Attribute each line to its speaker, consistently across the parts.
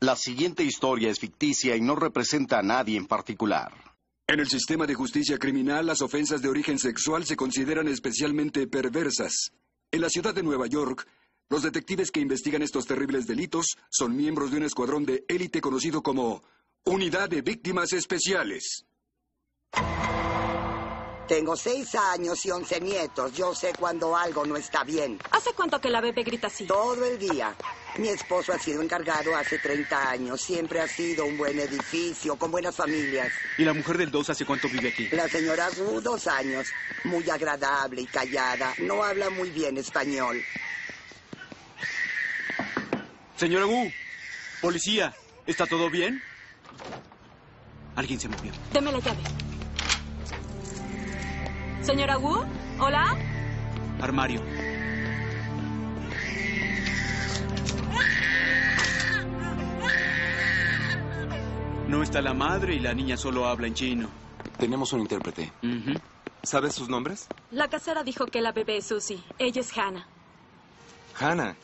Speaker 1: La siguiente historia es ficticia y no representa a nadie en particular.
Speaker 2: En el sistema de justicia criminal, las ofensas de origen sexual se consideran especialmente perversas. En la ciudad de Nueva York, los detectives que investigan estos terribles delitos son miembros de un escuadrón de élite conocido como Unidad de Víctimas Especiales.
Speaker 3: Tengo seis años y once nietos. Yo sé cuando algo no está bien.
Speaker 4: ¿Hace cuánto que la bebé grita así?
Speaker 3: Todo el día. Mi esposo ha sido encargado hace 30 años. Siempre ha sido un buen edificio, con buenas familias.
Speaker 5: ¿Y la mujer del 2 hace cuánto vive aquí?
Speaker 3: La señora Wu, dos años. Muy agradable y callada. No habla muy bien español.
Speaker 5: Señora Wu, policía, ¿está todo bien? Alguien se movió.
Speaker 4: Deme la llave. Señora Wu, hola.
Speaker 5: Armario. No está la madre y la niña solo habla en chino.
Speaker 6: Tenemos un intérprete. ¿Sabes sus nombres?
Speaker 4: La casera dijo que la bebé es Susie. Ella es Hannah.
Speaker 6: Hannah.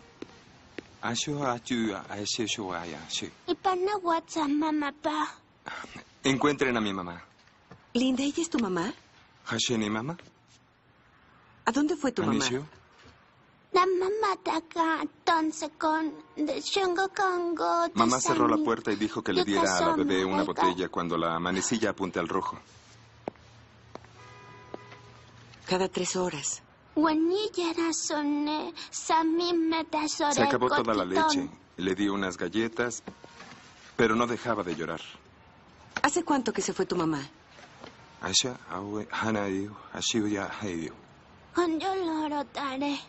Speaker 6: Asho, Achu, Aeshe, Shu, Aya, She.
Speaker 7: Y pana WhatsApp, mamá, pa.
Speaker 6: Encuentren a mi mamá.
Speaker 8: Linda, ¿ella es tu mamá?
Speaker 6: Hasheni, mamá.
Speaker 8: ¿A dónde fue tu mamá?
Speaker 6: Anisio.
Speaker 7: La mamá de acá, entonces con. de Shango Congo. de
Speaker 6: Mamá cerró la
Speaker 7: Sani.
Speaker 6: puerta y dijo que le diera a la bebé una botella cuando la manecilla apunte al rojo.
Speaker 8: Cada tres horas.
Speaker 7: Guanilla era soné, Sami me da
Speaker 6: Se
Speaker 7: sore
Speaker 6: acabó toda la
Speaker 7: cotitón.
Speaker 6: leche. Le di unas galletas, pero no dejaba de llorar.
Speaker 8: ¿Hace cuánto que se fue tu mamá?
Speaker 6: Asha, Aue, Hana, Iu, Ashiu, Ya, Heidiu.
Speaker 7: Con yo lo rotaré.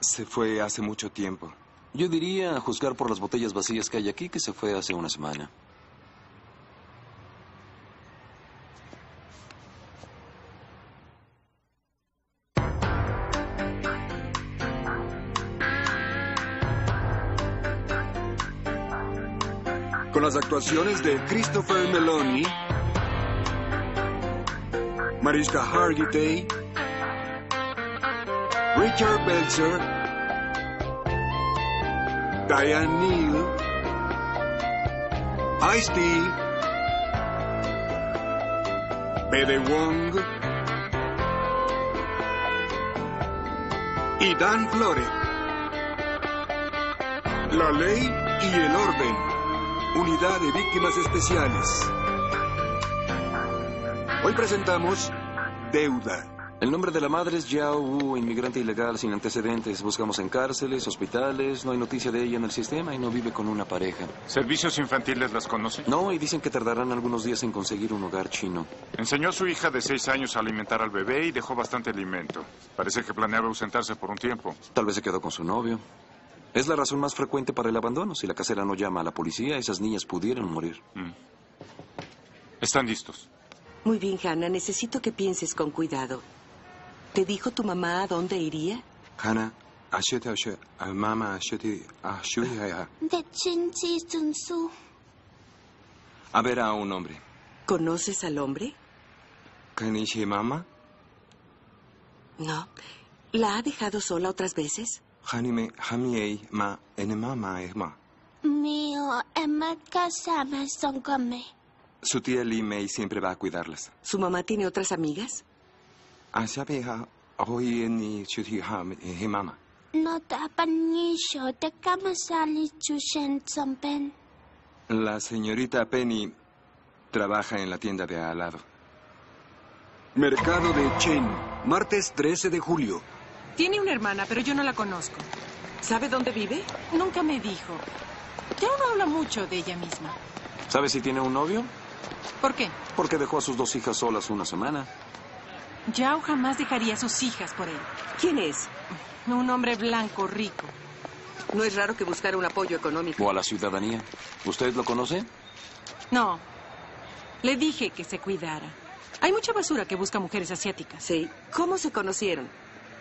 Speaker 6: Se fue hace mucho tiempo.
Speaker 9: Yo diría, a juzgar por las botellas vacías que hay aquí, que se fue hace una semana.
Speaker 2: con las actuaciones de Christopher Meloni, Mariska Hargitay, Richard Belzer, Diane Neal, Ice-T, Bede Wong y Dan Flore. La ley y el orden. Unidad de Víctimas Especiales. Hoy presentamos Deuda.
Speaker 9: El nombre de la madre es Yao Wu, inmigrante ilegal sin antecedentes. Buscamos en cárceles, hospitales, no hay noticia de ella en el sistema y no vive con una pareja.
Speaker 10: ¿Servicios infantiles las conoce?
Speaker 9: No, y dicen que tardarán algunos días en conseguir un hogar chino.
Speaker 10: Enseñó a su hija de seis años a alimentar al bebé y dejó bastante alimento. Parece que planeaba ausentarse por un tiempo.
Speaker 9: Tal vez se quedó con su novio. Es la razón más frecuente para el abandono. Si la casera no llama a la policía, esas niñas pudieran morir.
Speaker 10: Mm. Están listos.
Speaker 8: Muy bien, Hannah, necesito que pienses con cuidado. ¿Te dijo tu mamá a dónde iría?
Speaker 6: Hana, Ashete, Ashe, a Mama, Ashete, Ashu, Ya, Ya.
Speaker 7: De Chinchi Sun Su.
Speaker 6: A ver a un hombre.
Speaker 8: ¿Conoces al hombre?
Speaker 6: Kanishi, Mama,
Speaker 8: No. ¿La ha dejado sola otras veces?
Speaker 6: Hanime, Hamiei, Ma, Ene, Mama, eh, Ma.
Speaker 7: Mío, Emma Kasama son come.
Speaker 6: Su tía Lee Mei siempre va a cuidarlas.
Speaker 8: ¿Su mamá tiene otras amigas?
Speaker 6: Ashabe, Ha, Ahoi, Eni, Shuti, Ha, eh, Mama.
Speaker 7: No tapan ni yo de Kamasali Chushen son pen.
Speaker 6: La señorita Penny trabaja en la tienda de al lado.
Speaker 2: Mercado de Chen, martes 13 de julio.
Speaker 11: Tiene una hermana, pero yo no la conozco. ¿Sabe dónde vive? Nunca me dijo. Ya no habla mucho de ella misma.
Speaker 9: ¿Sabes si tiene un novio?
Speaker 11: ¿Por qué?
Speaker 9: Porque dejó a sus dos hijas solas una semana.
Speaker 11: Yao jamás dejaría a sus hijas por él.
Speaker 8: ¿Quién es?
Speaker 11: Un hombre blanco, rico.
Speaker 8: No es raro que buscara un apoyo económico.
Speaker 9: ¿O a la ciudadanía? ¿Usted lo conoce?
Speaker 11: No. Le dije que se cuidara. Hay mucha basura que busca mujeres asiáticas.
Speaker 8: Sí. ¿Cómo se conocieron?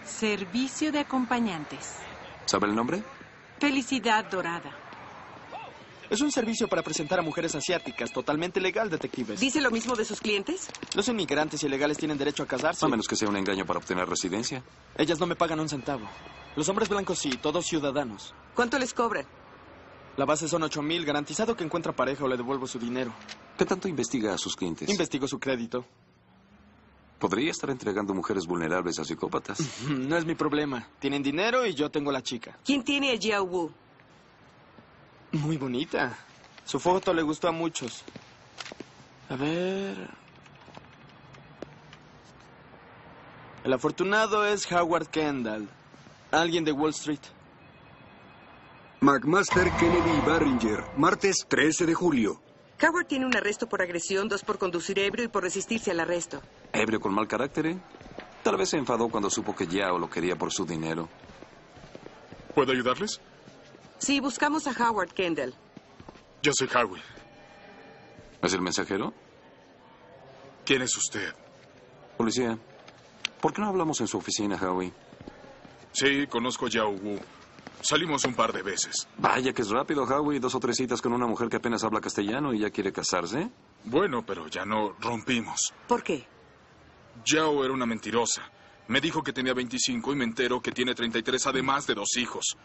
Speaker 11: Servicio de acompañantes.
Speaker 9: ¿Sabe el nombre?
Speaker 11: Felicidad dorada.
Speaker 5: Es un servicio para presentar a mujeres asiáticas, totalmente legal, detectives.
Speaker 8: ¿Dice lo mismo de sus clientes?
Speaker 5: Los inmigrantes ilegales tienen derecho a casarse.
Speaker 9: A menos que sea un engaño para obtener residencia.
Speaker 5: Ellas no me pagan un centavo. Los hombres blancos sí, todos ciudadanos.
Speaker 8: ¿Cuánto les cobran?
Speaker 5: La base son 8000, garantizado que encuentra pareja o le devuelvo su dinero.
Speaker 9: ¿Qué tanto investiga a sus clientes?
Speaker 5: Investigo su crédito.
Speaker 9: Podría estar entregando mujeres vulnerables a psicópatas.
Speaker 11: Mm.
Speaker 5: No es mi problema. Tienen dinero y yo tengo la chica.
Speaker 12: ¿Quién tiene a Jiao Wu?
Speaker 5: Muy bonita. Su foto le gustó a muchos. A ver. El afortunado es Howard Kendall. Alguien de Wall Street.
Speaker 2: McMaster, Kennedy y Barringer, martes 13 de julio.
Speaker 8: Howard tiene un arresto por agresión, dos por conducir ebrio y por resistirse al arresto.
Speaker 9: ¿Ebrio con mal carácter? eh? Tal vez se enfadó cuando supo que Yao lo quería por su dinero.
Speaker 13: ¿Puedo ayudarles?
Speaker 8: Sí, buscamos a Howard Kendall.
Speaker 13: Yo soy Howie.
Speaker 9: ¿Es el mensajero?
Speaker 13: ¿Quién es usted?
Speaker 9: Policía, ¿por qué no hablamos en su oficina, Howie?
Speaker 13: Sí, conozco a Yao Wu. Salimos un par de veces.
Speaker 9: Vaya que es rápido, Howie. Dos o tres citas con una mujer que apenas habla castellano y ya quiere casarse.
Speaker 13: Bueno, pero ya no rompimos.
Speaker 12: ¿Por qué?
Speaker 13: Yao era una mentirosa. Me dijo que tenía 25 y me entero que tiene 33 además de dos hijos.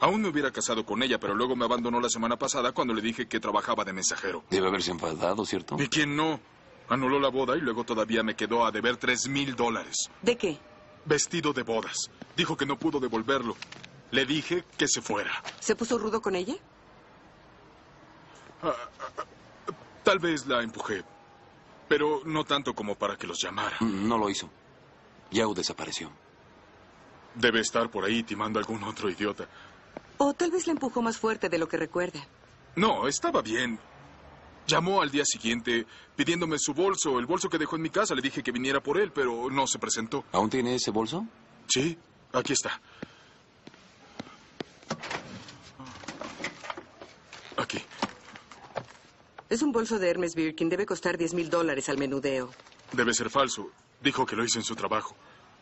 Speaker 13: Aún me hubiera casado con ella, pero luego me abandonó la semana pasada cuando le dije que trabajaba de mensajero.
Speaker 9: Debe haberse enfadado, ¿cierto?
Speaker 13: ¿Y quién no? Anuló la boda y luego todavía me quedó a deber tres mil dólares.
Speaker 12: ¿De qué?
Speaker 13: Vestido de bodas. Dijo que no pudo devolverlo. Le dije que se fuera.
Speaker 8: ¿Se puso rudo con ella?
Speaker 13: Ah, ah, ah, Tal vez la empujé, pero no tanto como para que los llamara.
Speaker 9: Mm, No lo hizo. Yao desapareció.
Speaker 13: Debe estar por ahí timando a algún otro idiota.
Speaker 8: O tal vez la empujó más fuerte de lo que recuerda.
Speaker 13: No, estaba bien. Llamó al día siguiente pidiéndome su bolso, el bolso que dejó en mi casa. Le dije que viniera por él, pero no se presentó.
Speaker 9: ¿Aún tiene ese bolso?
Speaker 13: Sí, aquí está. Aquí.
Speaker 8: Es un bolso de Hermes Birkin. Debe costar 10 mil dólares al menudeo.
Speaker 13: Debe ser falso. Dijo que lo hizo en su trabajo.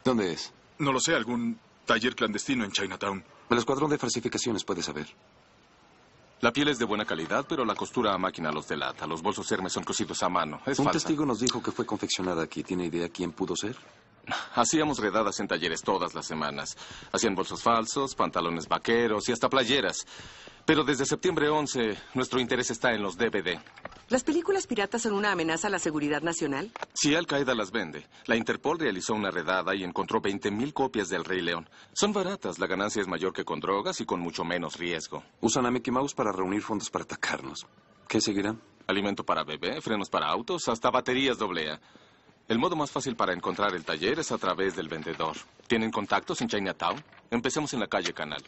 Speaker 9: ¿Dónde es?
Speaker 13: No lo sé, algún taller clandestino en Chinatown.
Speaker 9: El escuadrón de falsificaciones puede saber.
Speaker 14: La piel es de buena calidad, pero la costura a máquina los delata. Los bolsos Hermes son cosidos a mano. Es
Speaker 9: Un
Speaker 14: falsa.
Speaker 9: testigo nos dijo que fue confeccionada aquí. ¿Tiene idea quién pudo ser?
Speaker 14: Hacíamos redadas en talleres todas las semanas. Hacían bolsos falsos, pantalones vaqueros y hasta playeras. Pero desde septiembre 11, nuestro interés está en los DVD.
Speaker 8: ¿Las películas piratas son una amenaza a la seguridad nacional?
Speaker 14: Si Al Qaeda las vende, la Interpol realizó una redada y encontró 20.000 copias del Rey León. Son baratas, la ganancia es mayor que con drogas y con mucho menos riesgo.
Speaker 9: Usan a Mickey Mouse para reunir fondos para atacarnos. ¿Qué seguirá?
Speaker 14: Alimento para bebé, frenos para autos, hasta baterías doble A. El modo más fácil para encontrar el taller es a través del vendedor. ¿Tienen contactos en Chinatown? Empecemos en la calle Canal.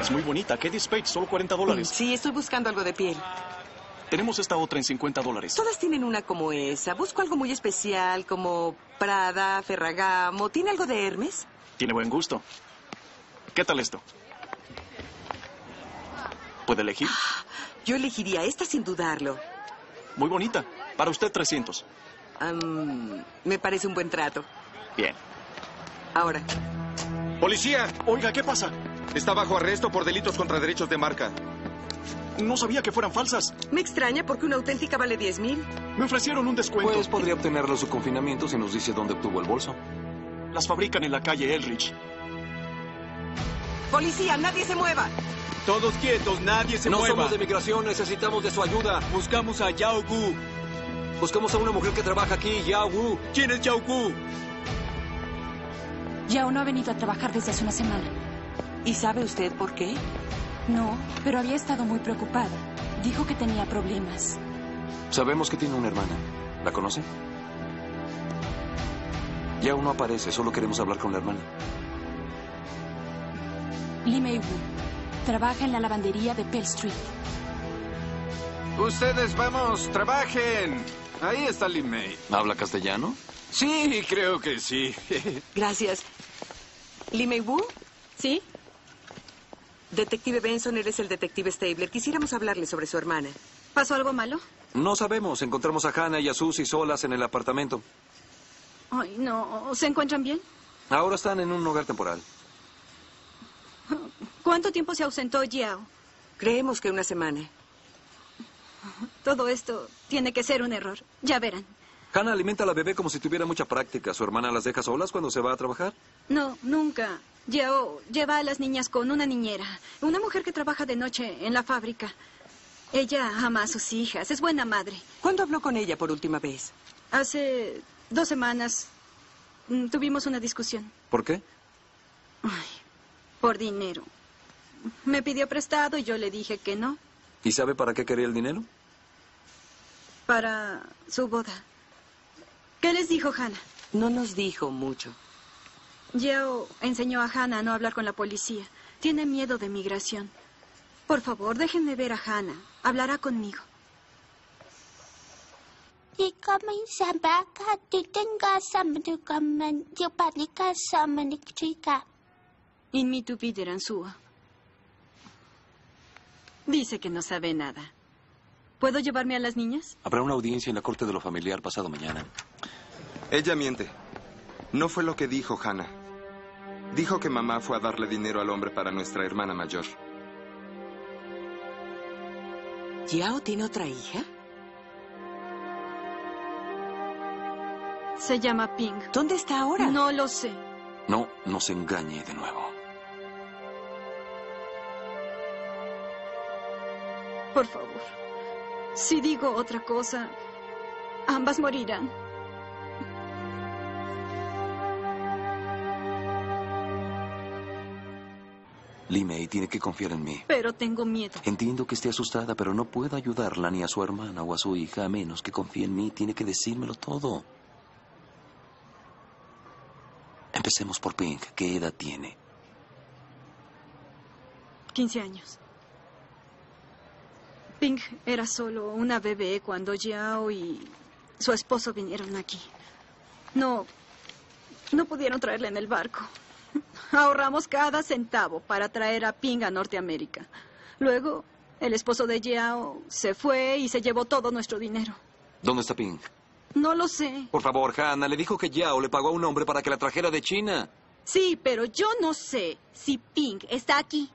Speaker 11: Es muy bonita. Qué Page, solo 40 dólares.
Speaker 8: Sí, estoy buscando algo de piel.
Speaker 11: Tenemos esta otra en 50 dólares.
Speaker 8: Todas tienen una como esa. Busco algo muy especial, como Prada, Ferragamo. ¿Tiene algo de Hermes?
Speaker 11: Tiene buen gusto. ¿Qué tal esto? ¿Puede elegir?
Speaker 8: Yo elegiría esta sin dudarlo.
Speaker 11: Muy bonita. Para usted 300.
Speaker 8: Am, me parece un buen trato.
Speaker 11: Bien.
Speaker 8: Ahora,
Speaker 11: Policía, oiga, ¿qué pasa?
Speaker 15: Está bajo arresto por delitos contra derechos de marca.
Speaker 11: No sabía que fueran falsas.
Speaker 8: me extraña porque una auténtica vale 10 mil.
Speaker 11: Me ofrecieron un descuento.
Speaker 9: Pues podría obtenerlo su confinamiento si nos dice dónde obtuvo el bolso.
Speaker 11: Las fabrican en la calle Elrich.
Speaker 8: Policía, nadie se mueva.
Speaker 16: Todos quietos, nadie se
Speaker 17: no
Speaker 16: mueva.
Speaker 17: somos de migración, necesitamos de su ayuda. Buscamos a Yao Gu. Buscamos a una mujer que trabaja aquí, Yao Gu. ¿Quién es Yao Gu?
Speaker 18: Yao no ha venido a trabajar desde hace una semana.
Speaker 12: ¿Y sabe usted por qué?
Speaker 18: No, pero había estado muy preocupada. Dijo que tenía problemas.
Speaker 9: Sabemos que tiene una hermana. ¿La conoce? Yao no aparece, solo queremos hablar con la hermana.
Speaker 18: Lee Mei Wu trabaja en la lavandería de Pell Street.
Speaker 15: Ustedes, vamos, trabajen. Ahí está Lin May.
Speaker 9: ¿Habla castellano?
Speaker 15: Sí, creo que sí.
Speaker 8: Gracias. ¿Limei Wu? Sí. Detective Benson, eres el detective Stabler. Quisiéramos hablarle sobre su hermana.
Speaker 19: ¿Pasó algo malo?
Speaker 9: No sabemos. Encontramos a Hannah y a Susie solas en el apartamento.
Speaker 19: Ay, no. ¿Se encuentran bien?
Speaker 9: Ahora están en un hogar temporal.
Speaker 19: ¿Cuánto tiempo se ausentó Yao?
Speaker 8: Creemos que una semana.
Speaker 19: Todo esto tiene que ser un error. Ya verán.
Speaker 9: Hannah alimenta a la bebé como si tuviera mucha práctica. Su hermana las deja solas cuando se va a trabajar.
Speaker 19: No, nunca. Yao lleva a las niñas con una niñera, una mujer que trabaja de noche en la fábrica. Ella ama a sus hijas, es buena madre.
Speaker 20: ¿Cuándo habló con ella por última vez?
Speaker 19: Hace dos semanas mm, tuvimos una discusión
Speaker 9: ¿Por qué?
Speaker 19: por dinero. Me pidió prestado y yo le dije que no,
Speaker 9: ¿Y sabe para qué quería el dinero?
Speaker 19: para su boda. ¿Qué les dijo Hannah?
Speaker 8: No nos dijo mucho.
Speaker 19: Yao enseñó a Hannah a no hablar con la policía. Tiene miedo de migración. Por favor, déjenme ver a Hannah. Hablará conmigo.
Speaker 7: Y como sabaka, tú tengas amdukaman, yo parika chica.
Speaker 19: In mi tu pideran suo. Dice que no sabe nada. ¿Puedo llevarme a las niñas?
Speaker 9: Habrá una audiencia en la corte de lo familiar pasado mañana.
Speaker 6: Ella miente. No fue lo que dijo Hannah. Dijo que mamá fue a darle dinero al hombre para nuestra hermana mayor.
Speaker 8: ¿Yao tiene otra hija?
Speaker 19: Se llama Pink.
Speaker 8: ¿Dónde está ahora?
Speaker 19: No lo sé.
Speaker 9: No nos engañe de nuevo.
Speaker 19: Por favor. Si digo otra cosa, ambas morirán.
Speaker 9: Limei tiene que confiar en mí.
Speaker 19: Pero tengo miedo.
Speaker 9: Entiendo que esté asustada, pero no puedo ayudarla ni a su hermana o a su hija a menos que confíe en mí. Tiene que decírmelo todo. Empecemos por Pink. ¿Qué edad tiene?
Speaker 19: 15 años. Pink era solo una bebé cuando Yao y su esposo vinieron aquí. No, no pudieron traerla en el barco. Ahorramos cada centavo para traer a Pink a Norteamérica. Luego, el esposo de Yao se fue y se llevó todo nuestro dinero.
Speaker 9: ¿Dónde está Pink?
Speaker 19: No lo sé.
Speaker 9: Por favor, Hannah, le dijo que Yao le pagó a un hombre para que la trajera de China.
Speaker 19: Sí, pero yo no sé si Pink está aquí.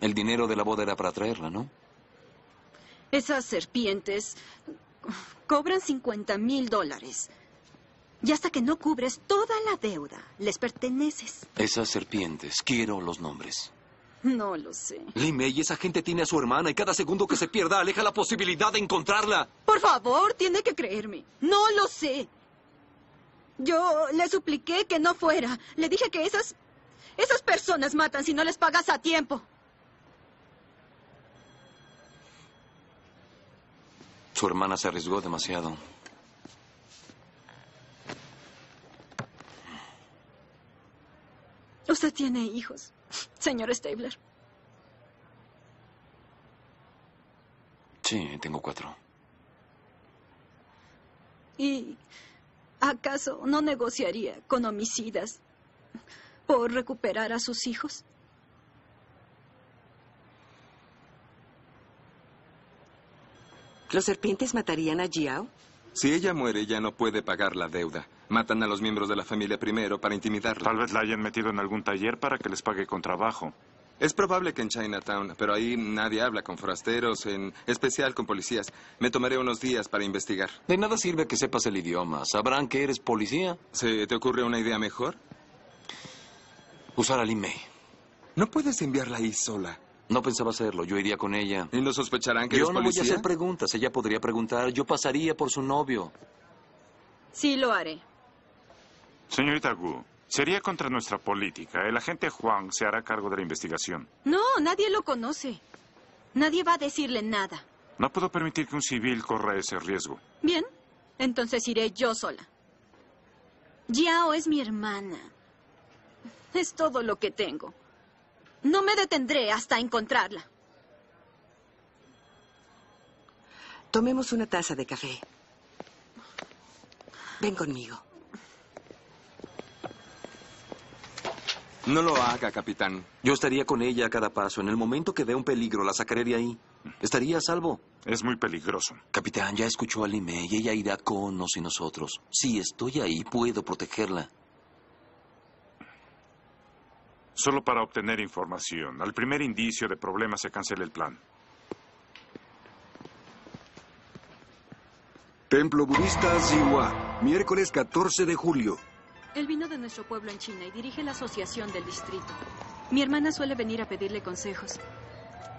Speaker 9: El dinero de la boda era para traerla, ¿no?
Speaker 19: Esas serpientes cobran 50 mil dólares. Y hasta que no cubres toda la deuda, les perteneces.
Speaker 9: Esas serpientes. Quiero los nombres.
Speaker 19: No lo sé.
Speaker 9: Limei, esa gente tiene a su hermana y cada segundo que se pierda aleja la posibilidad de encontrarla.
Speaker 19: Por favor, tiene que creerme. No lo sé. Yo le supliqué que no fuera. Le dije que esas... Esas personas matan si no les pagas a tiempo.
Speaker 9: Su hermana se arriesgó demasiado.
Speaker 19: Usted tiene hijos, señor Stabler.
Speaker 9: Sí, tengo cuatro.
Speaker 19: ¿Y acaso no negociaría con homicidas por recuperar a sus hijos?
Speaker 8: ¿Los serpientes matarían a Jiao?
Speaker 6: Si ella muere, ya no puede pagar la deuda. Matan a los miembros de la familia primero para intimidarla.
Speaker 10: Tal vez la hayan metido en algún taller para que les pague con trabajo.
Speaker 6: Es probable que en Chinatown, pero ahí nadie habla con forasteros, en especial con policías. Me tomaré unos días para investigar.
Speaker 9: De nada sirve que sepas el idioma. ¿Sabrán que eres policía?
Speaker 6: ¿Se te ocurre una idea mejor?
Speaker 9: Usar al email.
Speaker 6: No puedes enviarla ahí sola.
Speaker 9: No pensaba hacerlo. Yo iría con ella.
Speaker 6: ¿Y no sospecharán que
Speaker 9: Yo
Speaker 6: eres
Speaker 9: no voy a
Speaker 6: policía?
Speaker 9: hacer preguntas. Ella podría preguntar. Yo pasaría por su novio.
Speaker 19: Sí, lo haré.
Speaker 10: Señorita Gu, sería contra nuestra política. El agente Juan se hará cargo de la investigación.
Speaker 19: No, nadie lo conoce. Nadie va a decirle nada.
Speaker 10: No puedo permitir que un civil corra ese riesgo.
Speaker 19: Bien, entonces iré yo sola. Yao es mi hermana. Es todo lo que tengo. No me detendré hasta encontrarla.
Speaker 8: Tomemos una taza de café. Ven conmigo.
Speaker 6: No lo haga, capitán.
Speaker 9: Yo estaría con ella a cada paso. En el momento que dé un peligro, la sacaré de ahí. Estaría a salvo.
Speaker 10: Es muy peligroso.
Speaker 9: Capitán, ya escuchó a Lime y ella irá con nos y nosotros. Si estoy ahí, puedo protegerla.
Speaker 10: Solo para obtener información. Al primer indicio de problema se cancela el plan.
Speaker 2: Templo budista Siwa, miércoles 14 de julio.
Speaker 19: Él vino de nuestro pueblo en China y dirige la asociación del distrito. Mi hermana suele venir a pedirle consejos.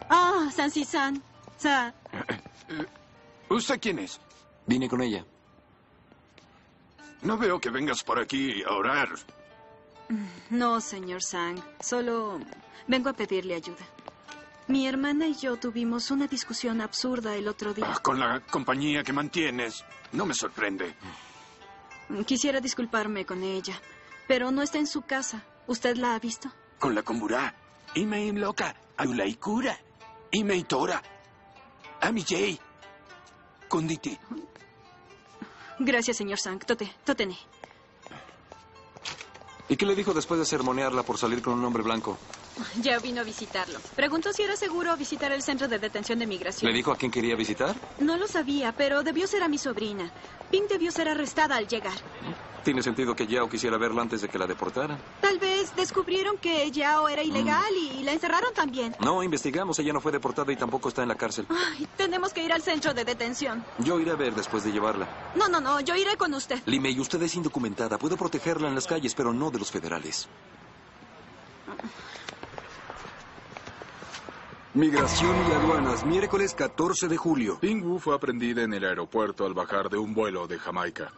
Speaker 19: Ah, San Si San. Sa-
Speaker 21: ¿Usted quién es?
Speaker 9: Vine con ella.
Speaker 21: No veo que vengas por aquí a orar.
Speaker 19: No, señor Sang. Solo vengo a pedirle ayuda. Mi hermana y yo tuvimos una discusión absurda el otro día.
Speaker 21: Con la compañía que mantienes, no me sorprende.
Speaker 19: Quisiera disculparme con ella, pero no está en su casa. ¿Usted la ha visto?
Speaker 21: Con la Kumburá, Ime Imloca, Ayulaikura, Ime Itora, Amijay, Kunditi.
Speaker 19: Gracias, señor Sang. Tote, totene.
Speaker 9: ¿Y qué le dijo después de sermonearla por salir con un hombre blanco?
Speaker 19: Ya vino a visitarlo. Preguntó si era seguro visitar el centro de detención de migración.
Speaker 9: ¿Le dijo a quién quería visitar?
Speaker 19: No lo sabía, pero debió ser a mi sobrina. Pink debió ser arrestada al llegar.
Speaker 9: Tiene sentido que Yao quisiera verla antes de que la deportaran.
Speaker 19: Tal vez descubrieron que Yao era ilegal y la encerraron también.
Speaker 9: No, investigamos. Ella no fue deportada y tampoco está en la cárcel.
Speaker 19: Ay, tenemos que ir al centro de detención.
Speaker 9: Yo iré a ver después de llevarla.
Speaker 19: No, no, no, yo iré con usted.
Speaker 9: Lime, y usted es indocumentada. Puedo protegerla en las calles, pero no de los federales.
Speaker 2: Migración y aduanas, miércoles 14 de julio.
Speaker 13: Pingwu fue aprendida en el aeropuerto al bajar de un vuelo de Jamaica.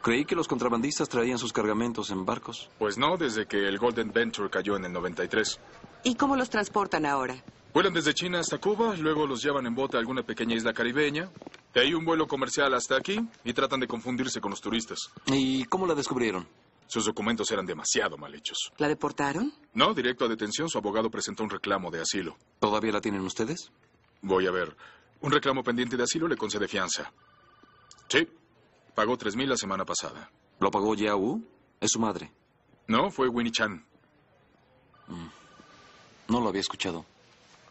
Speaker 9: Creí que los contrabandistas traían sus cargamentos en barcos.
Speaker 13: Pues no, desde que el Golden Venture cayó en el 93.
Speaker 8: ¿Y cómo los transportan ahora?
Speaker 13: Vuelan desde China hasta Cuba, luego los llevan en bote a alguna pequeña isla caribeña. De ahí un vuelo comercial hasta aquí y tratan de confundirse con los turistas.
Speaker 9: ¿Y cómo la descubrieron?
Speaker 13: Sus documentos eran demasiado mal hechos.
Speaker 8: ¿La deportaron?
Speaker 13: No, directo a detención, su abogado presentó un reclamo de asilo.
Speaker 9: ¿Todavía la tienen ustedes?
Speaker 13: Voy a ver. Un reclamo pendiente de asilo le concede fianza. Sí. Pagó 3.000 la semana pasada.
Speaker 9: ¿Lo pagó Yao? Es su madre.
Speaker 13: No, fue Winnie Chan.
Speaker 9: Mm. No lo había escuchado.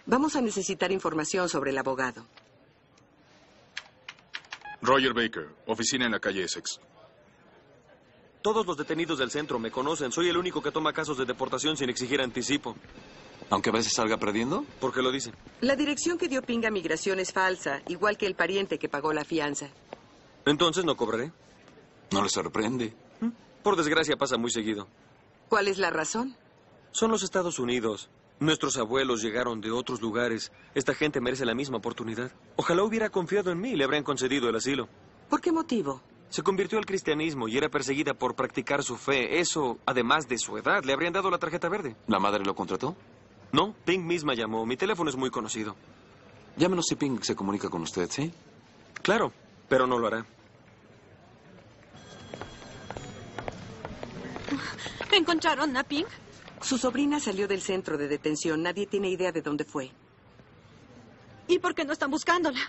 Speaker 8: Vamos a necesitar información sobre el abogado.
Speaker 13: Roger Baker, oficina en la calle Essex.
Speaker 22: Todos los detenidos del centro me conocen. Soy el único que toma casos de deportación sin exigir anticipo.
Speaker 9: Aunque a veces salga perdiendo.
Speaker 22: ¿Por qué lo dicen?
Speaker 8: La dirección que dio Pinga Migración es falsa, igual que el pariente que pagó la fianza.
Speaker 22: Entonces no cobraré. ¿Mm?
Speaker 9: No le sorprende.
Speaker 22: Por desgracia pasa muy seguido.
Speaker 8: ¿Cuál es la razón?
Speaker 22: Son los Estados Unidos. Nuestros abuelos llegaron de otros lugares. Esta gente merece la misma oportunidad. Ojalá hubiera confiado en mí y le habrían concedido el asilo.
Speaker 8: ¿Por qué motivo?
Speaker 22: Se convirtió al cristianismo y era perseguida por practicar su fe. Eso, además de su edad, le habrían dado la tarjeta verde.
Speaker 9: ¿La madre lo contrató?
Speaker 22: No, Ping misma llamó. Mi teléfono es muy conocido.
Speaker 9: Llámenos si Ping se comunica con usted, ¿sí?
Speaker 22: Claro, pero no lo hará.
Speaker 19: ¿Encontraron a Pink?
Speaker 8: Su sobrina salió del centro de detención. Nadie tiene idea de dónde fue.
Speaker 19: ¿Y por qué no están buscándola?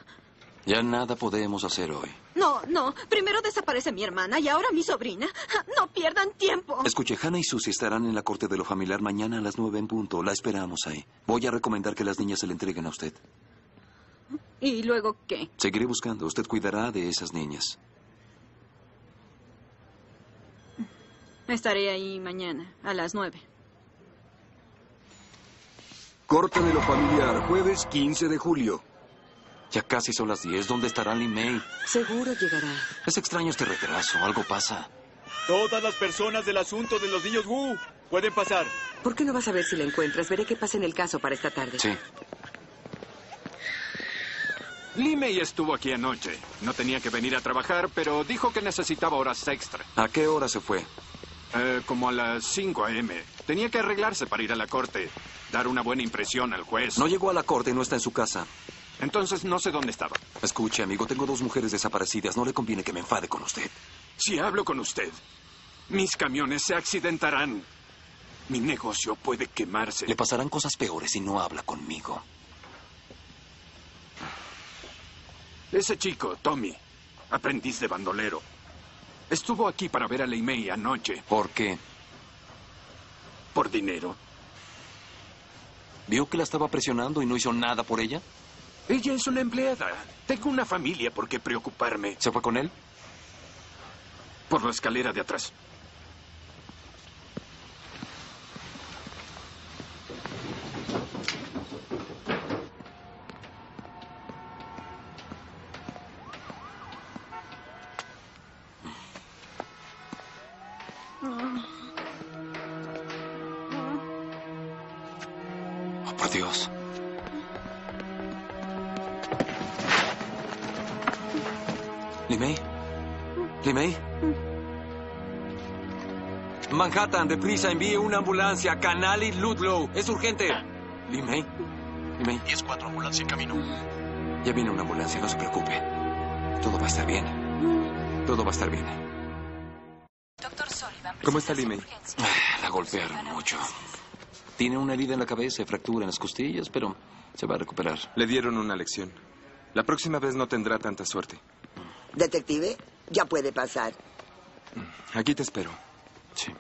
Speaker 9: Ya nada podemos hacer hoy.
Speaker 19: No, no. Primero desaparece mi hermana y ahora mi sobrina. No pierdan tiempo.
Speaker 9: Escuche, Hannah y Susie estarán en la corte de lo familiar mañana a las nueve en punto. La esperamos ahí. Voy a recomendar que las niñas se le entreguen a usted.
Speaker 19: ¿Y luego qué?
Speaker 9: Seguiré buscando. Usted cuidará de esas niñas.
Speaker 19: Estaré ahí mañana, a las nueve.
Speaker 2: Corte de lo familiar, jueves 15 de julio.
Speaker 9: Ya casi son las 10. ¿Dónde estará Lin May?
Speaker 8: Seguro llegará.
Speaker 9: Es extraño este retraso. Algo pasa.
Speaker 22: Todas las personas del asunto de los niños Wu pueden pasar.
Speaker 8: ¿Por qué no vas a ver si la encuentras? Veré qué pasa en el caso para esta tarde.
Speaker 9: Sí.
Speaker 21: Limey estuvo aquí anoche. No tenía que venir a trabajar, pero dijo que necesitaba horas extra.
Speaker 9: ¿A qué hora se fue?
Speaker 21: Eh, como a las 5 a.m. Tenía que arreglarse para ir a la corte, dar una buena impresión al juez.
Speaker 9: No llegó a la corte y no está en su casa.
Speaker 21: Entonces no sé dónde estaba.
Speaker 9: Escuche, amigo, tengo dos mujeres desaparecidas. No le conviene que me enfade con usted.
Speaker 21: Si hablo con usted, mis camiones se accidentarán. Mi negocio puede quemarse.
Speaker 9: Le pasarán cosas peores si no habla conmigo.
Speaker 21: Ese chico, Tommy, aprendiz de bandolero, estuvo aquí para ver a Leimei anoche.
Speaker 9: ¿Por qué?
Speaker 21: Por dinero.
Speaker 9: ¿Vio que la estaba presionando y no hizo nada por ella?
Speaker 21: Ella es una empleada. Tengo una familia por qué preocuparme.
Speaker 9: ¿Se fue con él?
Speaker 21: Por la escalera de atrás.
Speaker 19: Ah,
Speaker 23: Por Dios.
Speaker 9: ¿Limei? ¿Limei?
Speaker 24: Manhattan, deprisa, envíe una ambulancia. Canal y Ludlow. Es urgente.
Speaker 9: ¿Limei? ¿Limei?
Speaker 23: 10-4, ambulancia en camino.
Speaker 9: Ya viene una ambulancia, no se preocupe. Todo va a estar bien. Todo va a estar bien.
Speaker 25: Doctor Sullivan.
Speaker 9: ¿Cómo está Limei? La golpearon mucho. Tiene una herida en la cabeza y fractura en las costillas, pero se va a recuperar.
Speaker 6: Le dieron una lección. La próxima vez no tendrá tanta suerte.
Speaker 3: Detective, ya puede pasar.
Speaker 6: Aquí te espero.
Speaker 9: Sí.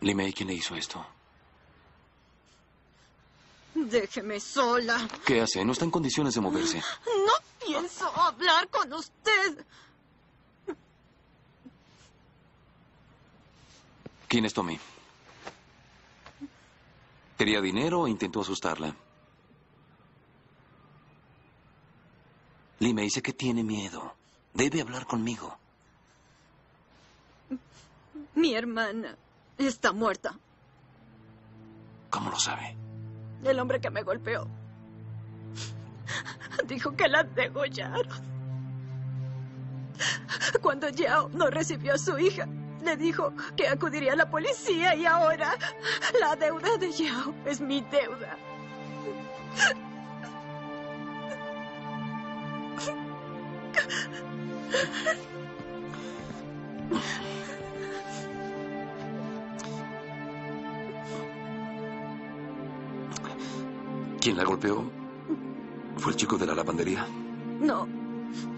Speaker 9: Limei, ¿quién le hizo esto?
Speaker 19: Déjeme sola.
Speaker 9: ¿Qué hace? No está en condiciones de moverse.
Speaker 19: No pienso hablar con usted.
Speaker 9: ¿Quién es Tommy? Quería dinero e intentó asustarla. Lee me dice que tiene miedo. Debe hablar conmigo.
Speaker 19: Mi hermana está muerta.
Speaker 9: ¿Cómo lo sabe?
Speaker 19: El hombre que me golpeó dijo que la degollaron. Cuando Yao no recibió a su hija, le dijo que acudiría a la policía y ahora la deuda de Yao es mi deuda.
Speaker 9: ¿Quién la golpeó? ¿Fue el chico de la lavandería?
Speaker 19: No,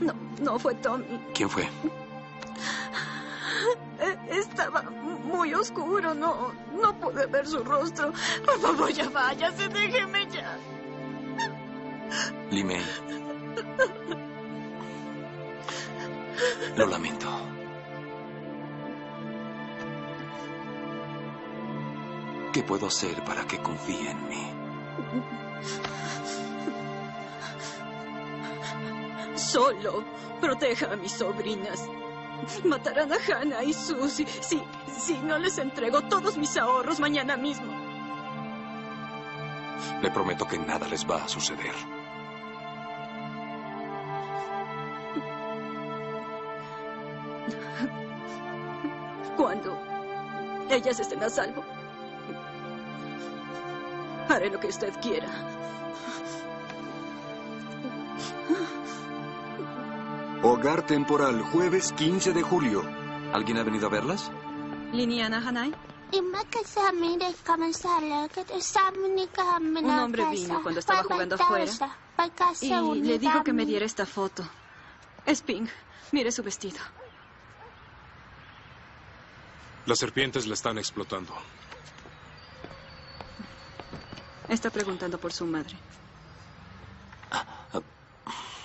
Speaker 19: no, no fue Tommy.
Speaker 9: ¿Quién fue?
Speaker 19: Eh, Estaba muy oscuro, no, no pude ver su rostro. Por favor, ya váyase, déjeme ya.
Speaker 9: Limei. Lo lamento. ¿Qué puedo hacer para que confíe en mí?
Speaker 19: Solo proteja a mis sobrinas. Matarán a Hannah y Susie si, si no les entrego todos mis ahorros mañana mismo.
Speaker 9: Le prometo que nada les va a suceder.
Speaker 19: Cuando ellas estén a salvo, haré lo que usted quiera.
Speaker 2: Hogar temporal, jueves 15 de julio.
Speaker 9: ¿Alguien ha venido a verlas?
Speaker 19: Liniana Hanai,
Speaker 7: Ima que sa mire kamasala, que te sa mire kamina
Speaker 19: Un hombre vino cuando estaba jugando afuera. y le dijo que me diera esta foto. Es Pink. Mire su vestido.
Speaker 1: Las serpientes la están explotando.
Speaker 19: Está preguntando por su madre.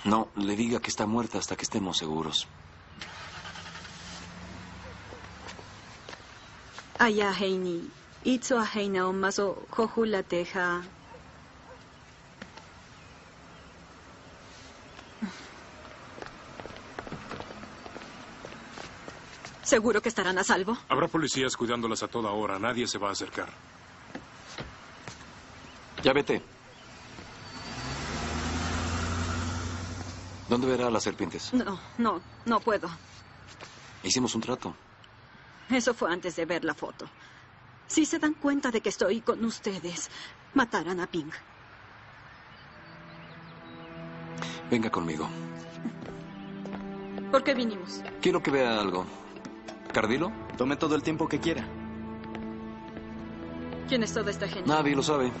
Speaker 9: No, le diga que está muerta hasta que estemos seguros.
Speaker 19: Aya Heini, Itzo a Heina Omaso, Johula Teja. ¿Seguro que estarán a salvo?
Speaker 1: Habrá policías cuidándolas a toda hora. Nadie se va a acercar.
Speaker 9: Ya vete. ¿Dónde verá a las serpientes?
Speaker 19: No, no, no puedo.
Speaker 9: Hicimos un trato.
Speaker 19: Eso fue antes de ver la foto. Si se dan cuenta de que estoy con ustedes, matarán a Pink.
Speaker 9: Venga conmigo.
Speaker 19: ¿Por qué vinimos?
Speaker 9: Quiero que vea algo. ¿Cardilo?
Speaker 5: Tome todo el tiempo que quiera.
Speaker 19: ¿Quién es toda esta gente?
Speaker 9: Nadie lo sabe.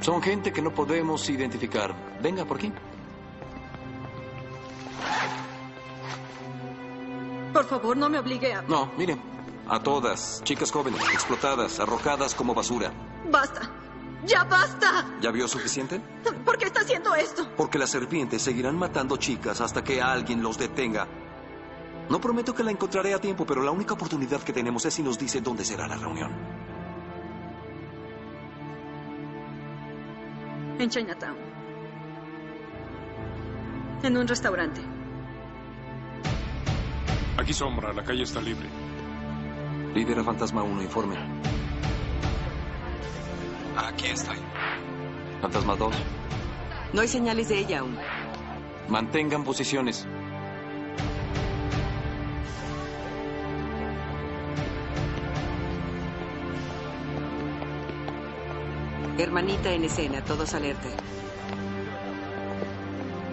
Speaker 9: Son gente que no podemos identificar. Venga por aquí.
Speaker 19: Por favor, no me obligue a...
Speaker 9: No, mire. A todas, chicas jóvenes, explotadas, arrojadas como basura.
Speaker 19: ¡Basta! ¡Ya basta!
Speaker 9: ¿Ya vio suficiente?
Speaker 19: ¿Por qué está haciendo esto?
Speaker 9: Porque las serpientes seguirán matando chicas hasta que alguien los detenga. No prometo que la encontraré a tiempo, pero la única oportunidad que tenemos es si nos dice dónde será la reunión.
Speaker 19: En Chinatown. En un restaurante.
Speaker 1: Aquí sombra, la calle está libre.
Speaker 9: Libera Fantasma 1, informe.
Speaker 6: Aquí estoy.
Speaker 9: Fantasma 2,
Speaker 8: No hay señales de ella aún.
Speaker 9: mantengan posiciones.
Speaker 8: Hermanita en escena, todos alerta.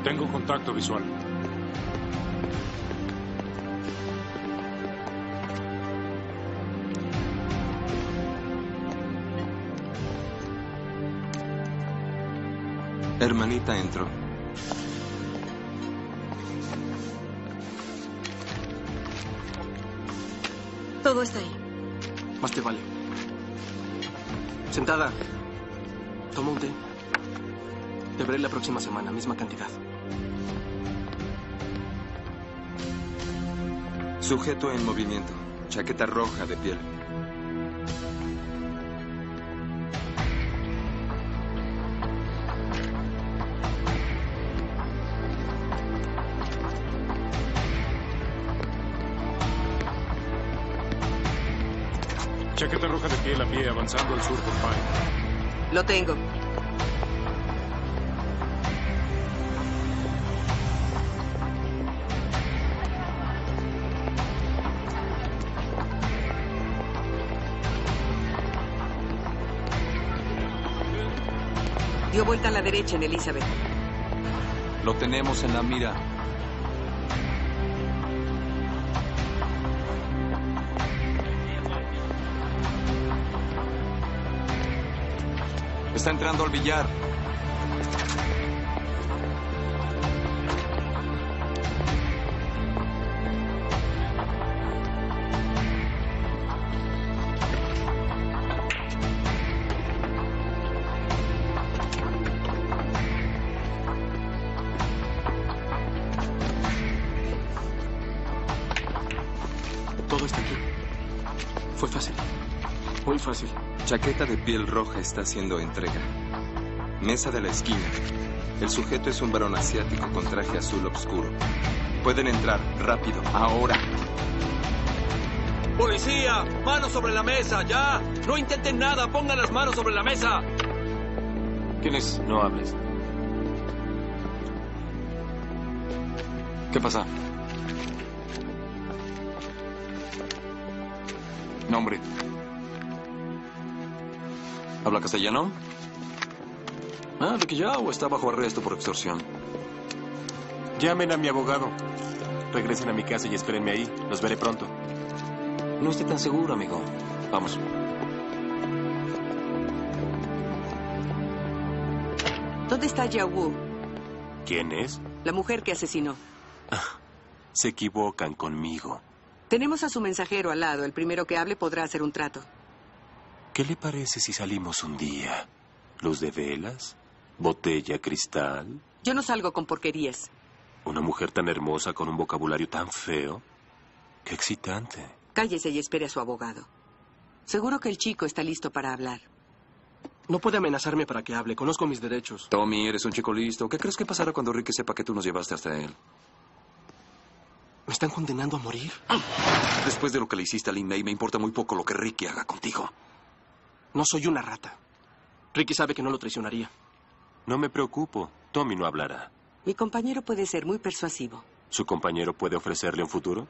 Speaker 1: Tengo contacto visual.
Speaker 6: Hermanita entró.
Speaker 19: Todo está ahí.
Speaker 22: Más te vale. Sentada. Toma un té. Te veré la próxima semana, misma cantidad.
Speaker 6: Sujeto en movimiento. Chaqueta roja de piel.
Speaker 1: Chaqueta roja de piel a pie avanzando al sur por Pine.
Speaker 8: Lo tengo. Dio vuelta a la derecha en Elizabeth.
Speaker 9: Lo tenemos en la mira.
Speaker 6: Está entrando al billar.
Speaker 22: Todo está aquí. Fue fácil. Muy fácil.
Speaker 6: Chaqueta de piel roja está haciendo entrega. Mesa de la esquina. El sujeto es un varón asiático con traje azul oscuro. Pueden entrar, rápido, ahora.
Speaker 24: Policía, manos sobre la mesa, ya. No intenten nada, pongan las manos sobre la mesa.
Speaker 9: ¿Quién es? No hables. ¿Qué pasa? Nombre. ¿Habla castellano? Ah, Ricky Yao está bajo arresto por extorsión.
Speaker 4: Llamen a mi abogado. Regresen a mi casa y espérenme ahí. Los veré pronto.
Speaker 9: No esté tan seguro, amigo. Vamos.
Speaker 8: ¿Dónde está Yawu,
Speaker 4: ¿Quién es?
Speaker 8: la mujer que asesinó?
Speaker 4: Se equivocan conmigo.
Speaker 8: Tenemos a su mensajero al lado. El primero que hable podrá hacer un trato.
Speaker 4: ¿Qué le parece si salimos un día? ¿Luz de velas? ¿Botella cristal?
Speaker 8: Yo no salgo con porquerías.
Speaker 4: ¿Una mujer tan hermosa con un vocabulario tan feo? ¡Qué excitante!
Speaker 8: Cállese y espere a su abogado. Seguro que el chico está listo para hablar.
Speaker 22: No puede amenazarme para que hable. Conozco mis derechos.
Speaker 9: Tommy, eres un chico listo. ¿Qué crees que pasará cuando Ricky sepa que tú nos llevaste hasta él?
Speaker 22: ¿Me están condenando a morir?
Speaker 9: Después de lo que le hiciste a Lin May, me importa muy poco lo que Ricky haga contigo.
Speaker 22: No soy una rata. Ricky sabe que no lo traicionaría.
Speaker 4: No me preocupo. Tommy no hablará.
Speaker 8: Mi compañero puede ser muy persuasivo.
Speaker 4: ¿Su compañero puede ofrecerle un futuro?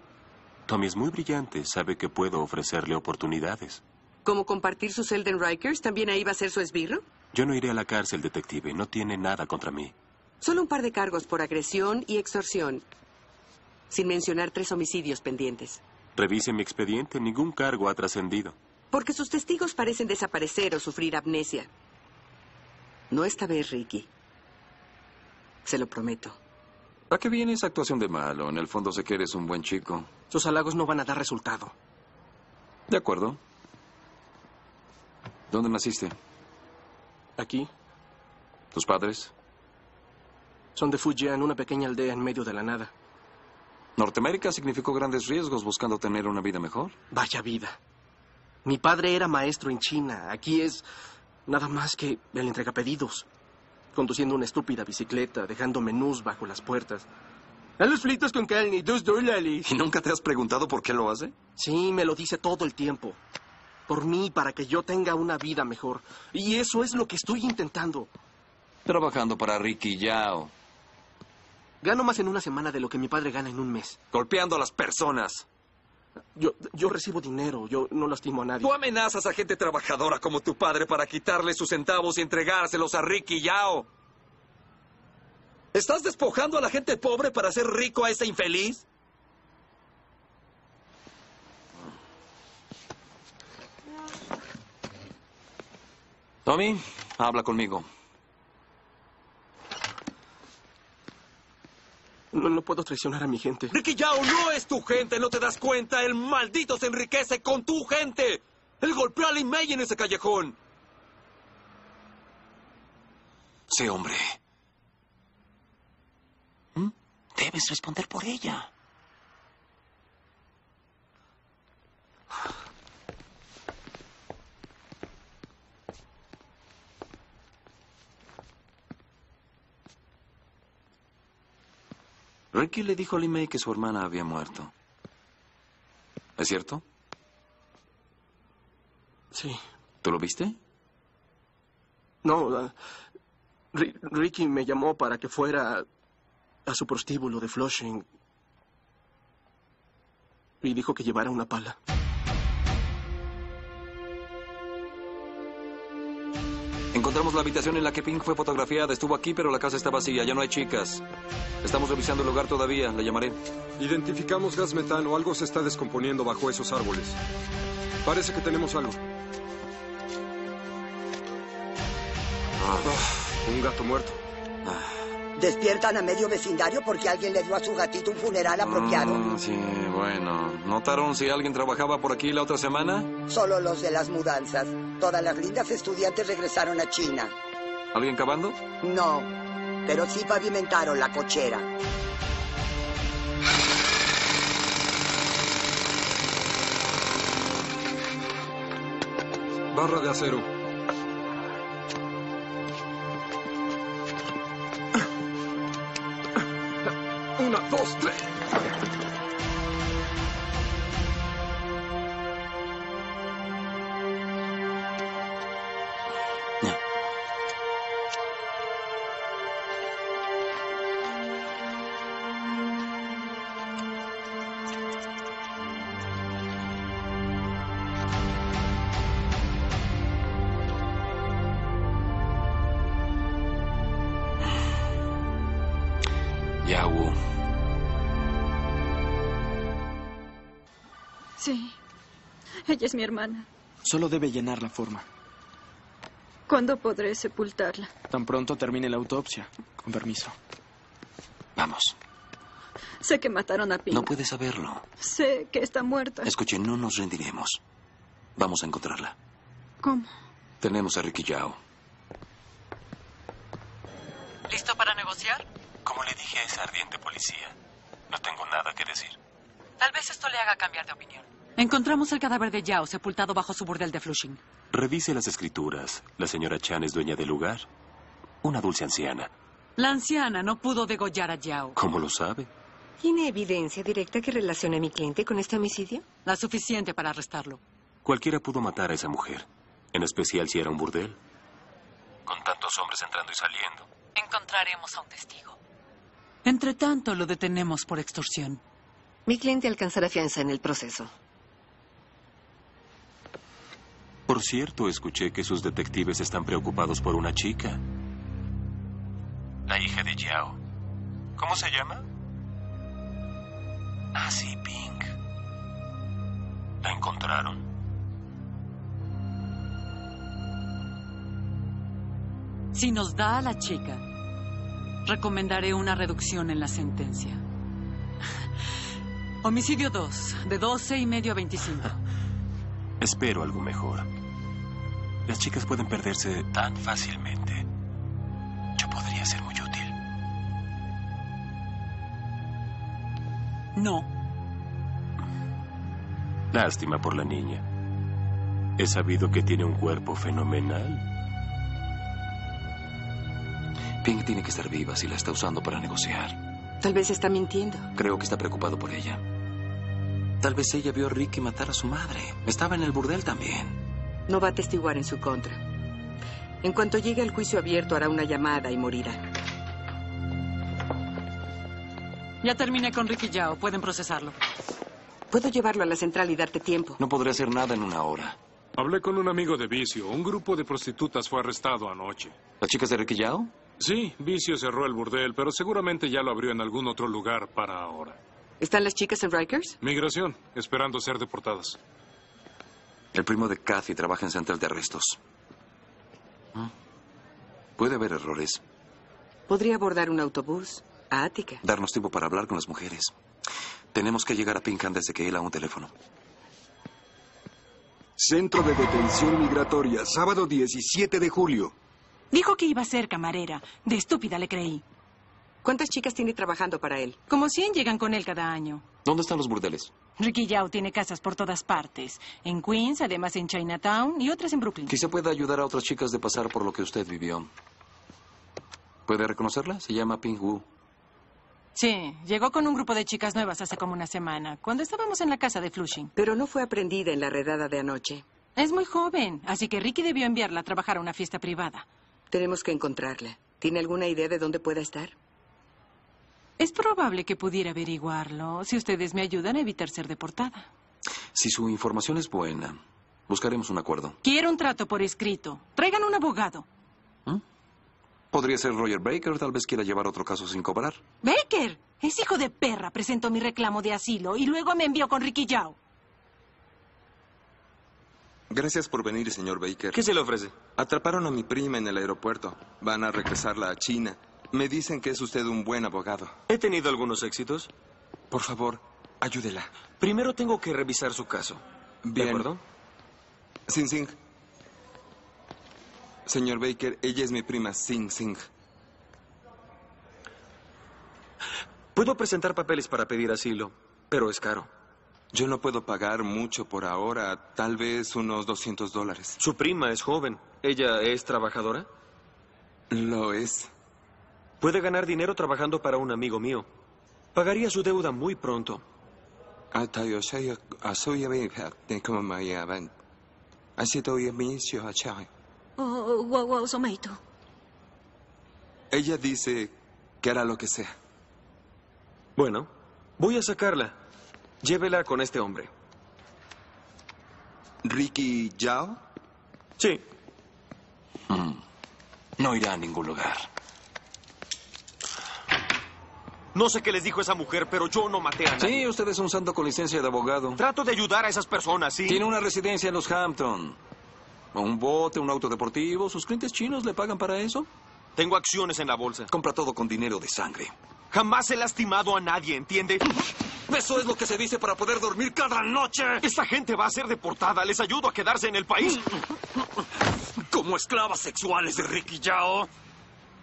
Speaker 4: Tommy es muy brillante. Sabe que puedo ofrecerle oportunidades.
Speaker 8: ¿Como compartir sus Elden Rikers? ¿También ahí va a ser su esbirro?
Speaker 4: Yo no iré a la cárcel, detective. No tiene nada contra mí.
Speaker 8: Solo un par de cargos por agresión y extorsión. Sin mencionar tres homicidios pendientes.
Speaker 4: Revise mi expediente. Ningún cargo ha trascendido.
Speaker 8: Porque sus testigos parecen desaparecer o sufrir amnesia. No esta vez, Ricky. Se lo prometo.
Speaker 9: ¿A qué viene esa actuación de malo? En el fondo sé que eres un buen chico.
Speaker 22: Sus halagos no van a dar resultado.
Speaker 9: De acuerdo. ¿Dónde naciste?
Speaker 22: Aquí
Speaker 9: ¿Tus padres?
Speaker 22: son de Fujian, una pequeña aldea en medio de la nada.
Speaker 9: Norteamérica significó grandes riesgos buscando tener una vida mejor.
Speaker 22: Vaya vida. Mi padre era maestro en China. Aquí es nada más que el entregapedidos.
Speaker 11: conduciendo una estúpida bicicleta, dejando menús bajo las puertas. A los fritos con carne y dos dólares.
Speaker 24: ¿Y nunca te has preguntado por qué lo hace?
Speaker 11: Sí, me lo dice todo el tiempo. Por mí, para que yo tenga una vida mejor. Y eso es lo que estoy intentando.
Speaker 9: Trabajando para Ricky Yao.
Speaker 11: Gano más en una semana de lo que mi padre gana en un mes.
Speaker 24: Golpeando a las personas.
Speaker 11: Yo, yo recibo dinero, yo no lastimo a nadie.
Speaker 24: Tú amenazas a gente trabajadora como tu padre para quitarle sus centavos y entregárselos a Ricky Yao. ¿Estás despojando a la gente pobre para hacer rico a ese infeliz?
Speaker 9: Tommy, habla conmigo.
Speaker 11: No, no puedo traicionar a mi gente.
Speaker 24: Ricky Yao no es tu gente, ¿no te das cuenta? El maldito se enriquece con tu gente. Él golpeó a Lee May en ese callejón.
Speaker 4: Sí, hombre. ¿Mm? Debes responder por ella.
Speaker 9: Ricky le dijo a Lee May que su hermana había muerto. ¿Es cierto?
Speaker 11: Sí.
Speaker 9: ¿Tú lo viste?
Speaker 11: No, la- Ri- Ricky me llamó para que fuera a su prostíbulo de Flushing. Y dijo que llevara una pala.
Speaker 9: Encontramos la habitación en la que Pink fue fotografiada. Estuvo aquí, pero la casa está vacía. Ya no hay chicas. Estamos revisando el lugar todavía. Le llamaré.
Speaker 26: Identificamos gas metano. Algo se está descomponiendo bajo esos árboles. Parece que tenemos algo. Ah, un gato muerto.
Speaker 22: ah.
Speaker 3: Despiertan a medio vecindario porque alguien le dio a su gatito un funeral apropiado.
Speaker 9: Mm, sí, bueno. ¿Notaron si alguien trabajaba por aquí la otra semana?
Speaker 3: Solo los de las mudanzas. Todas las lindas estudiantes regresaron a China.
Speaker 9: ¿Alguien cavando?
Speaker 3: No, pero sí pavimentaron la cochera.
Speaker 26: Barra de acero.
Speaker 21: Una, dos, tres.
Speaker 4: Ya hubo.
Speaker 19: Sí. Ella es mi hermana.
Speaker 5: Solo debe llenar la forma.
Speaker 19: ¿Cuándo podré sepultarla?
Speaker 5: Tan pronto termine la autopsia. Con permiso.
Speaker 4: Vamos.
Speaker 19: Sé que mataron a Pink.
Speaker 4: No puede saberlo.
Speaker 19: Sé que está muerta.
Speaker 4: Escuche, no nos rendiremos. Vamos a encontrarla.
Speaker 19: ¿Cómo?
Speaker 4: Tenemos a Ricky Yao.
Speaker 18: ¿Listo para negociar?
Speaker 4: Como le dije a esa ardiente policía, no tengo nada que decir.
Speaker 18: Tal vez esto le haga cambiar de opinión. Encontramos el cadáver de Yao sepultado bajo su burdel de Flushing.
Speaker 4: Revise las escrituras. La señora Chan es dueña del lugar. Una dulce anciana.
Speaker 18: La anciana no pudo degollar a Yao.
Speaker 4: ¿Cómo lo sabe?
Speaker 27: ¿Tiene evidencia directa que relacione a mi cliente con este homicidio?
Speaker 18: La suficiente para arrestarlo.
Speaker 4: Cualquiera pudo matar a esa mujer. En especial si era un burdel. Con tantos hombres entrando y saliendo.
Speaker 18: Encontraremos a un testigo. Entre tanto, lo detenemos por extorsión.
Speaker 27: Mi cliente alcanzará fianza en el proceso.
Speaker 4: Por cierto, escuché que sus detectives están preocupados por una chica. La hija de Yao. ¿Cómo se llama? Ah, sí, Pink. La encontraron.
Speaker 18: Si nos da a la chica, recomendaré una reducción en la sentencia. Homicidio 2, de 12 y medio a 25.
Speaker 4: Espero algo mejor. Las chicas pueden perderse tan fácilmente. Yo podría ser muy útil.
Speaker 18: No.
Speaker 4: Lástima por la niña. He sabido que tiene un cuerpo fenomenal.
Speaker 9: Ping tiene que estar viva si la está usando para negociar.
Speaker 8: Tal vez está mintiendo.
Speaker 9: Creo que está preocupado por ella. Tal vez ella vio a Ricky matar a su madre. Estaba en el burdel también.
Speaker 8: No va a testiguar en su contra. En cuanto llegue al juicio abierto, hará una llamada y morirá.
Speaker 28: Ya terminé con Ricky Yao. Pueden procesarlo.
Speaker 8: Puedo llevarlo a la central y darte tiempo.
Speaker 9: No podré hacer nada en una hora.
Speaker 13: Hablé con un amigo de Vicio. Un grupo de prostitutas fue arrestado anoche.
Speaker 9: ¿Las chicas de Ricky Yao?
Speaker 13: Sí, Vicio cerró el burdel, pero seguramente ya lo abrió en algún otro lugar para ahora.
Speaker 8: ¿Están las chicas en Rikers?
Speaker 13: Migración, esperando ser deportadas.
Speaker 9: El primo de Kathy trabaja en central de arrestos. ¿Mm? Puede haber errores.
Speaker 8: Podría abordar un autobús a Ática.
Speaker 9: Darnos tiempo para hablar con las mujeres. Tenemos que llegar a Pink antes de que él a un teléfono.
Speaker 2: Centro de Detención Migratoria, sábado 17 de julio.
Speaker 18: Dijo que iba a ser camarera. De estúpida le creí.
Speaker 8: ¿Cuántas chicas tiene trabajando para él?
Speaker 18: Como 100 llegan con él cada año.
Speaker 9: ¿Dónde están los burdeles?
Speaker 18: Ricky Yao tiene casas por todas partes. En Queens, además en Chinatown y otras en Brooklyn.
Speaker 9: Quizá pueda ayudar a otras chicas de pasar por lo que usted vivió. ¿Puede reconocerla? Se llama Ping Wu.
Speaker 18: Sí, llegó con un grupo de chicas nuevas hace como una semana, cuando estábamos en la casa de Flushing.
Speaker 8: Pero no fue aprendida en la redada de anoche.
Speaker 18: Es muy joven, así que Ricky debió enviarla a trabajar a una fiesta privada.
Speaker 8: Tenemos que encontrarla. ¿Tiene alguna idea de dónde pueda estar?
Speaker 18: Es probable que pudiera averiguarlo si ustedes me ayudan a evitar ser deportada.
Speaker 9: Si su información es buena, buscaremos un acuerdo.
Speaker 18: Quiero un trato por escrito. Traigan un abogado.
Speaker 9: Podría ser Roger Baker, tal vez quiera llevar otro caso sin cobrar.
Speaker 18: ¡Baker! Es hijo de perra. Presentó mi reclamo de asilo y luego me envió con Ricky Yao.
Speaker 6: Gracias por venir, señor Baker.
Speaker 21: ¿Qué se le ofrece?
Speaker 6: Atraparon a mi prima en el aeropuerto. Van a regresarla a China. Me dicen que es usted un buen abogado.
Speaker 21: He tenido algunos éxitos.
Speaker 6: Por favor, ayúdela.
Speaker 21: Primero tengo que revisar su caso.
Speaker 6: Bien.
Speaker 21: ¿De acuerdo?
Speaker 6: Sing Sing. Señor Baker, ella es mi prima Sing Sing.
Speaker 21: Puedo presentar papeles para pedir asilo, pero es caro.
Speaker 6: Yo no puedo pagar mucho por ahora, tal vez unos 200 dólares.
Speaker 21: Su prima es joven. ¿Ella es trabajadora?
Speaker 6: Lo es.
Speaker 21: Puede ganar dinero trabajando para un amigo mío. Pagaría su deuda muy pronto.
Speaker 19: Oh, wow, wow, somaito.
Speaker 6: Ella dice que hará lo que sea.
Speaker 21: Bueno, voy a sacarla. Llévela con este hombre.
Speaker 6: ¿Ricky Yao?
Speaker 21: Sí.
Speaker 9: Mm. No irá a ningún lugar.
Speaker 21: No sé qué les dijo esa mujer, pero yo no maté a nadie.
Speaker 9: Sí, usted es un santo con licencia de abogado.
Speaker 21: Este Trato de ayudar a esas personas, ¿sí?
Speaker 9: Tiene una residencia en los Hampton. Un bote, un auto deportivo. ¿Sus clientes chinos le pagan para eso?
Speaker 21: Tengo acciones en la bolsa.
Speaker 9: Compra todo con dinero de sangre.
Speaker 21: Jamás he lastimado a nadie, ¿entiende?
Speaker 9: Eso es lo que se dice para poder dormir cada noche.
Speaker 21: Esta gente va a ser deportada. Les ayudo a quedarse en el país.
Speaker 9: Como esclavas sexuales de Ricky Yao.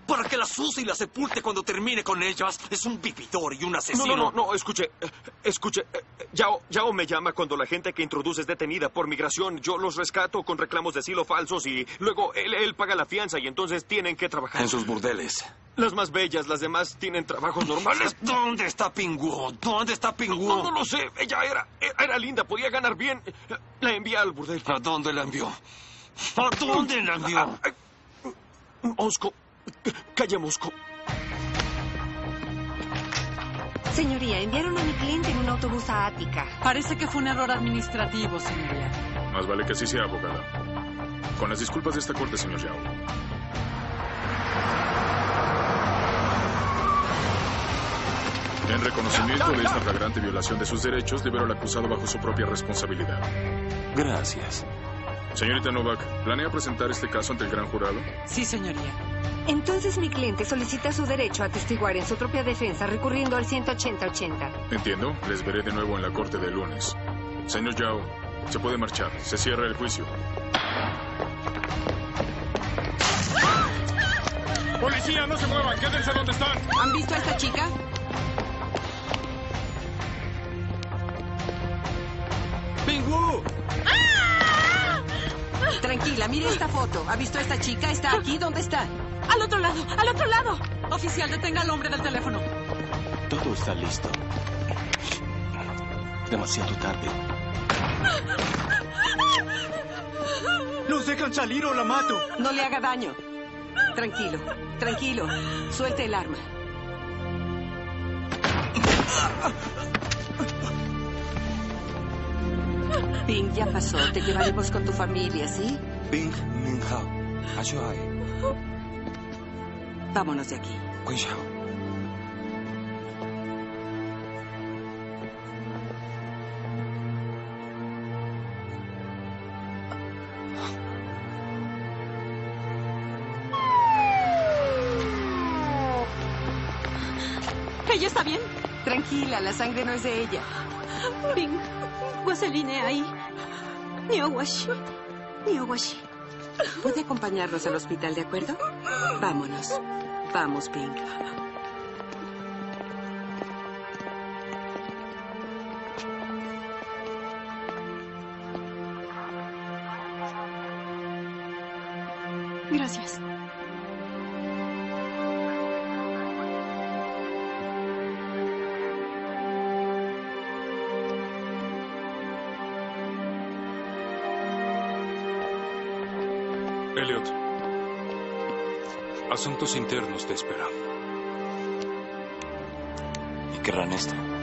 Speaker 9: Para que las use y las sepulte cuando termine con ellas. Es un vividor y un asesino.
Speaker 21: No, no, no, no, escuche. eh, Escuche. eh, Yao, Yao me llama cuando la gente que introduce es detenida por migración. Yo los rescato con reclamos de asilo falsos y luego él, él paga la fianza y entonces tienen que trabajar.
Speaker 9: En sus burdeles.
Speaker 21: Las más bellas, las demás tienen trabajos normales.
Speaker 9: ¿Dónde está Pingüo? ¿Dónde está Pingüo?
Speaker 21: No, no lo sé. Ella era, era linda, podía ganar bien. La envía al burdel.
Speaker 9: ¿A dónde la envió? ¿A dónde la envió?
Speaker 21: Mosco. Calle Mosco.
Speaker 11: Señoría, enviaron a mi cliente en un autobús a Ática.
Speaker 28: Parece que fue un error administrativo, señoría.
Speaker 13: Más vale que así sea, abogada. Con las disculpas de esta corte, señor Yao. En reconocimiento de esta flagrante violación de sus derechos, libero al acusado bajo su propia responsabilidad.
Speaker 9: Gracias.
Speaker 13: Señorita Novak, ¿planea presentar este caso ante el gran jurado?
Speaker 28: Sí, señoría.
Speaker 11: Entonces mi cliente solicita su derecho a testiguar en su propia defensa recurriendo al 180-80.
Speaker 13: Entiendo, les veré de nuevo en la corte de lunes. Señor Yao, se puede marchar. Se cierra el juicio. ¡Policía, no se muevan! ¡Quédense donde están!
Speaker 8: ¿Han visto a esta chica?
Speaker 21: ¡Pingú!
Speaker 8: Tranquila, mire esta foto. ¿Ha visto a esta chica? Está aquí. ¿Dónde está?
Speaker 29: ¡Al otro lado! ¡Al otro lado! Oficial, detenga al hombre del teléfono.
Speaker 11: Todo está listo. Demasiado tarde.
Speaker 6: ¡Nos dejan salir o la mato!
Speaker 8: No le haga daño. Tranquilo, tranquilo. Suelte el arma. Ping, ya pasó. Te llevaremos con tu familia, ¿sí?
Speaker 6: Bing Minhao. Ashuai.
Speaker 8: Vámonos de aquí.
Speaker 6: Guishao.
Speaker 19: ¿Ella está bien?
Speaker 8: Tranquila, la sangre no es de ella.
Speaker 30: Bing, Guaseline ahí. Niowashi. Niowashi.
Speaker 8: ¿Puede acompañarnos al hospital, de acuerdo? Vámonos. Vamos, Pink.
Speaker 30: Gracias.
Speaker 1: Elliot, asuntos internos te esperan.
Speaker 31: ¿Y querrán esto?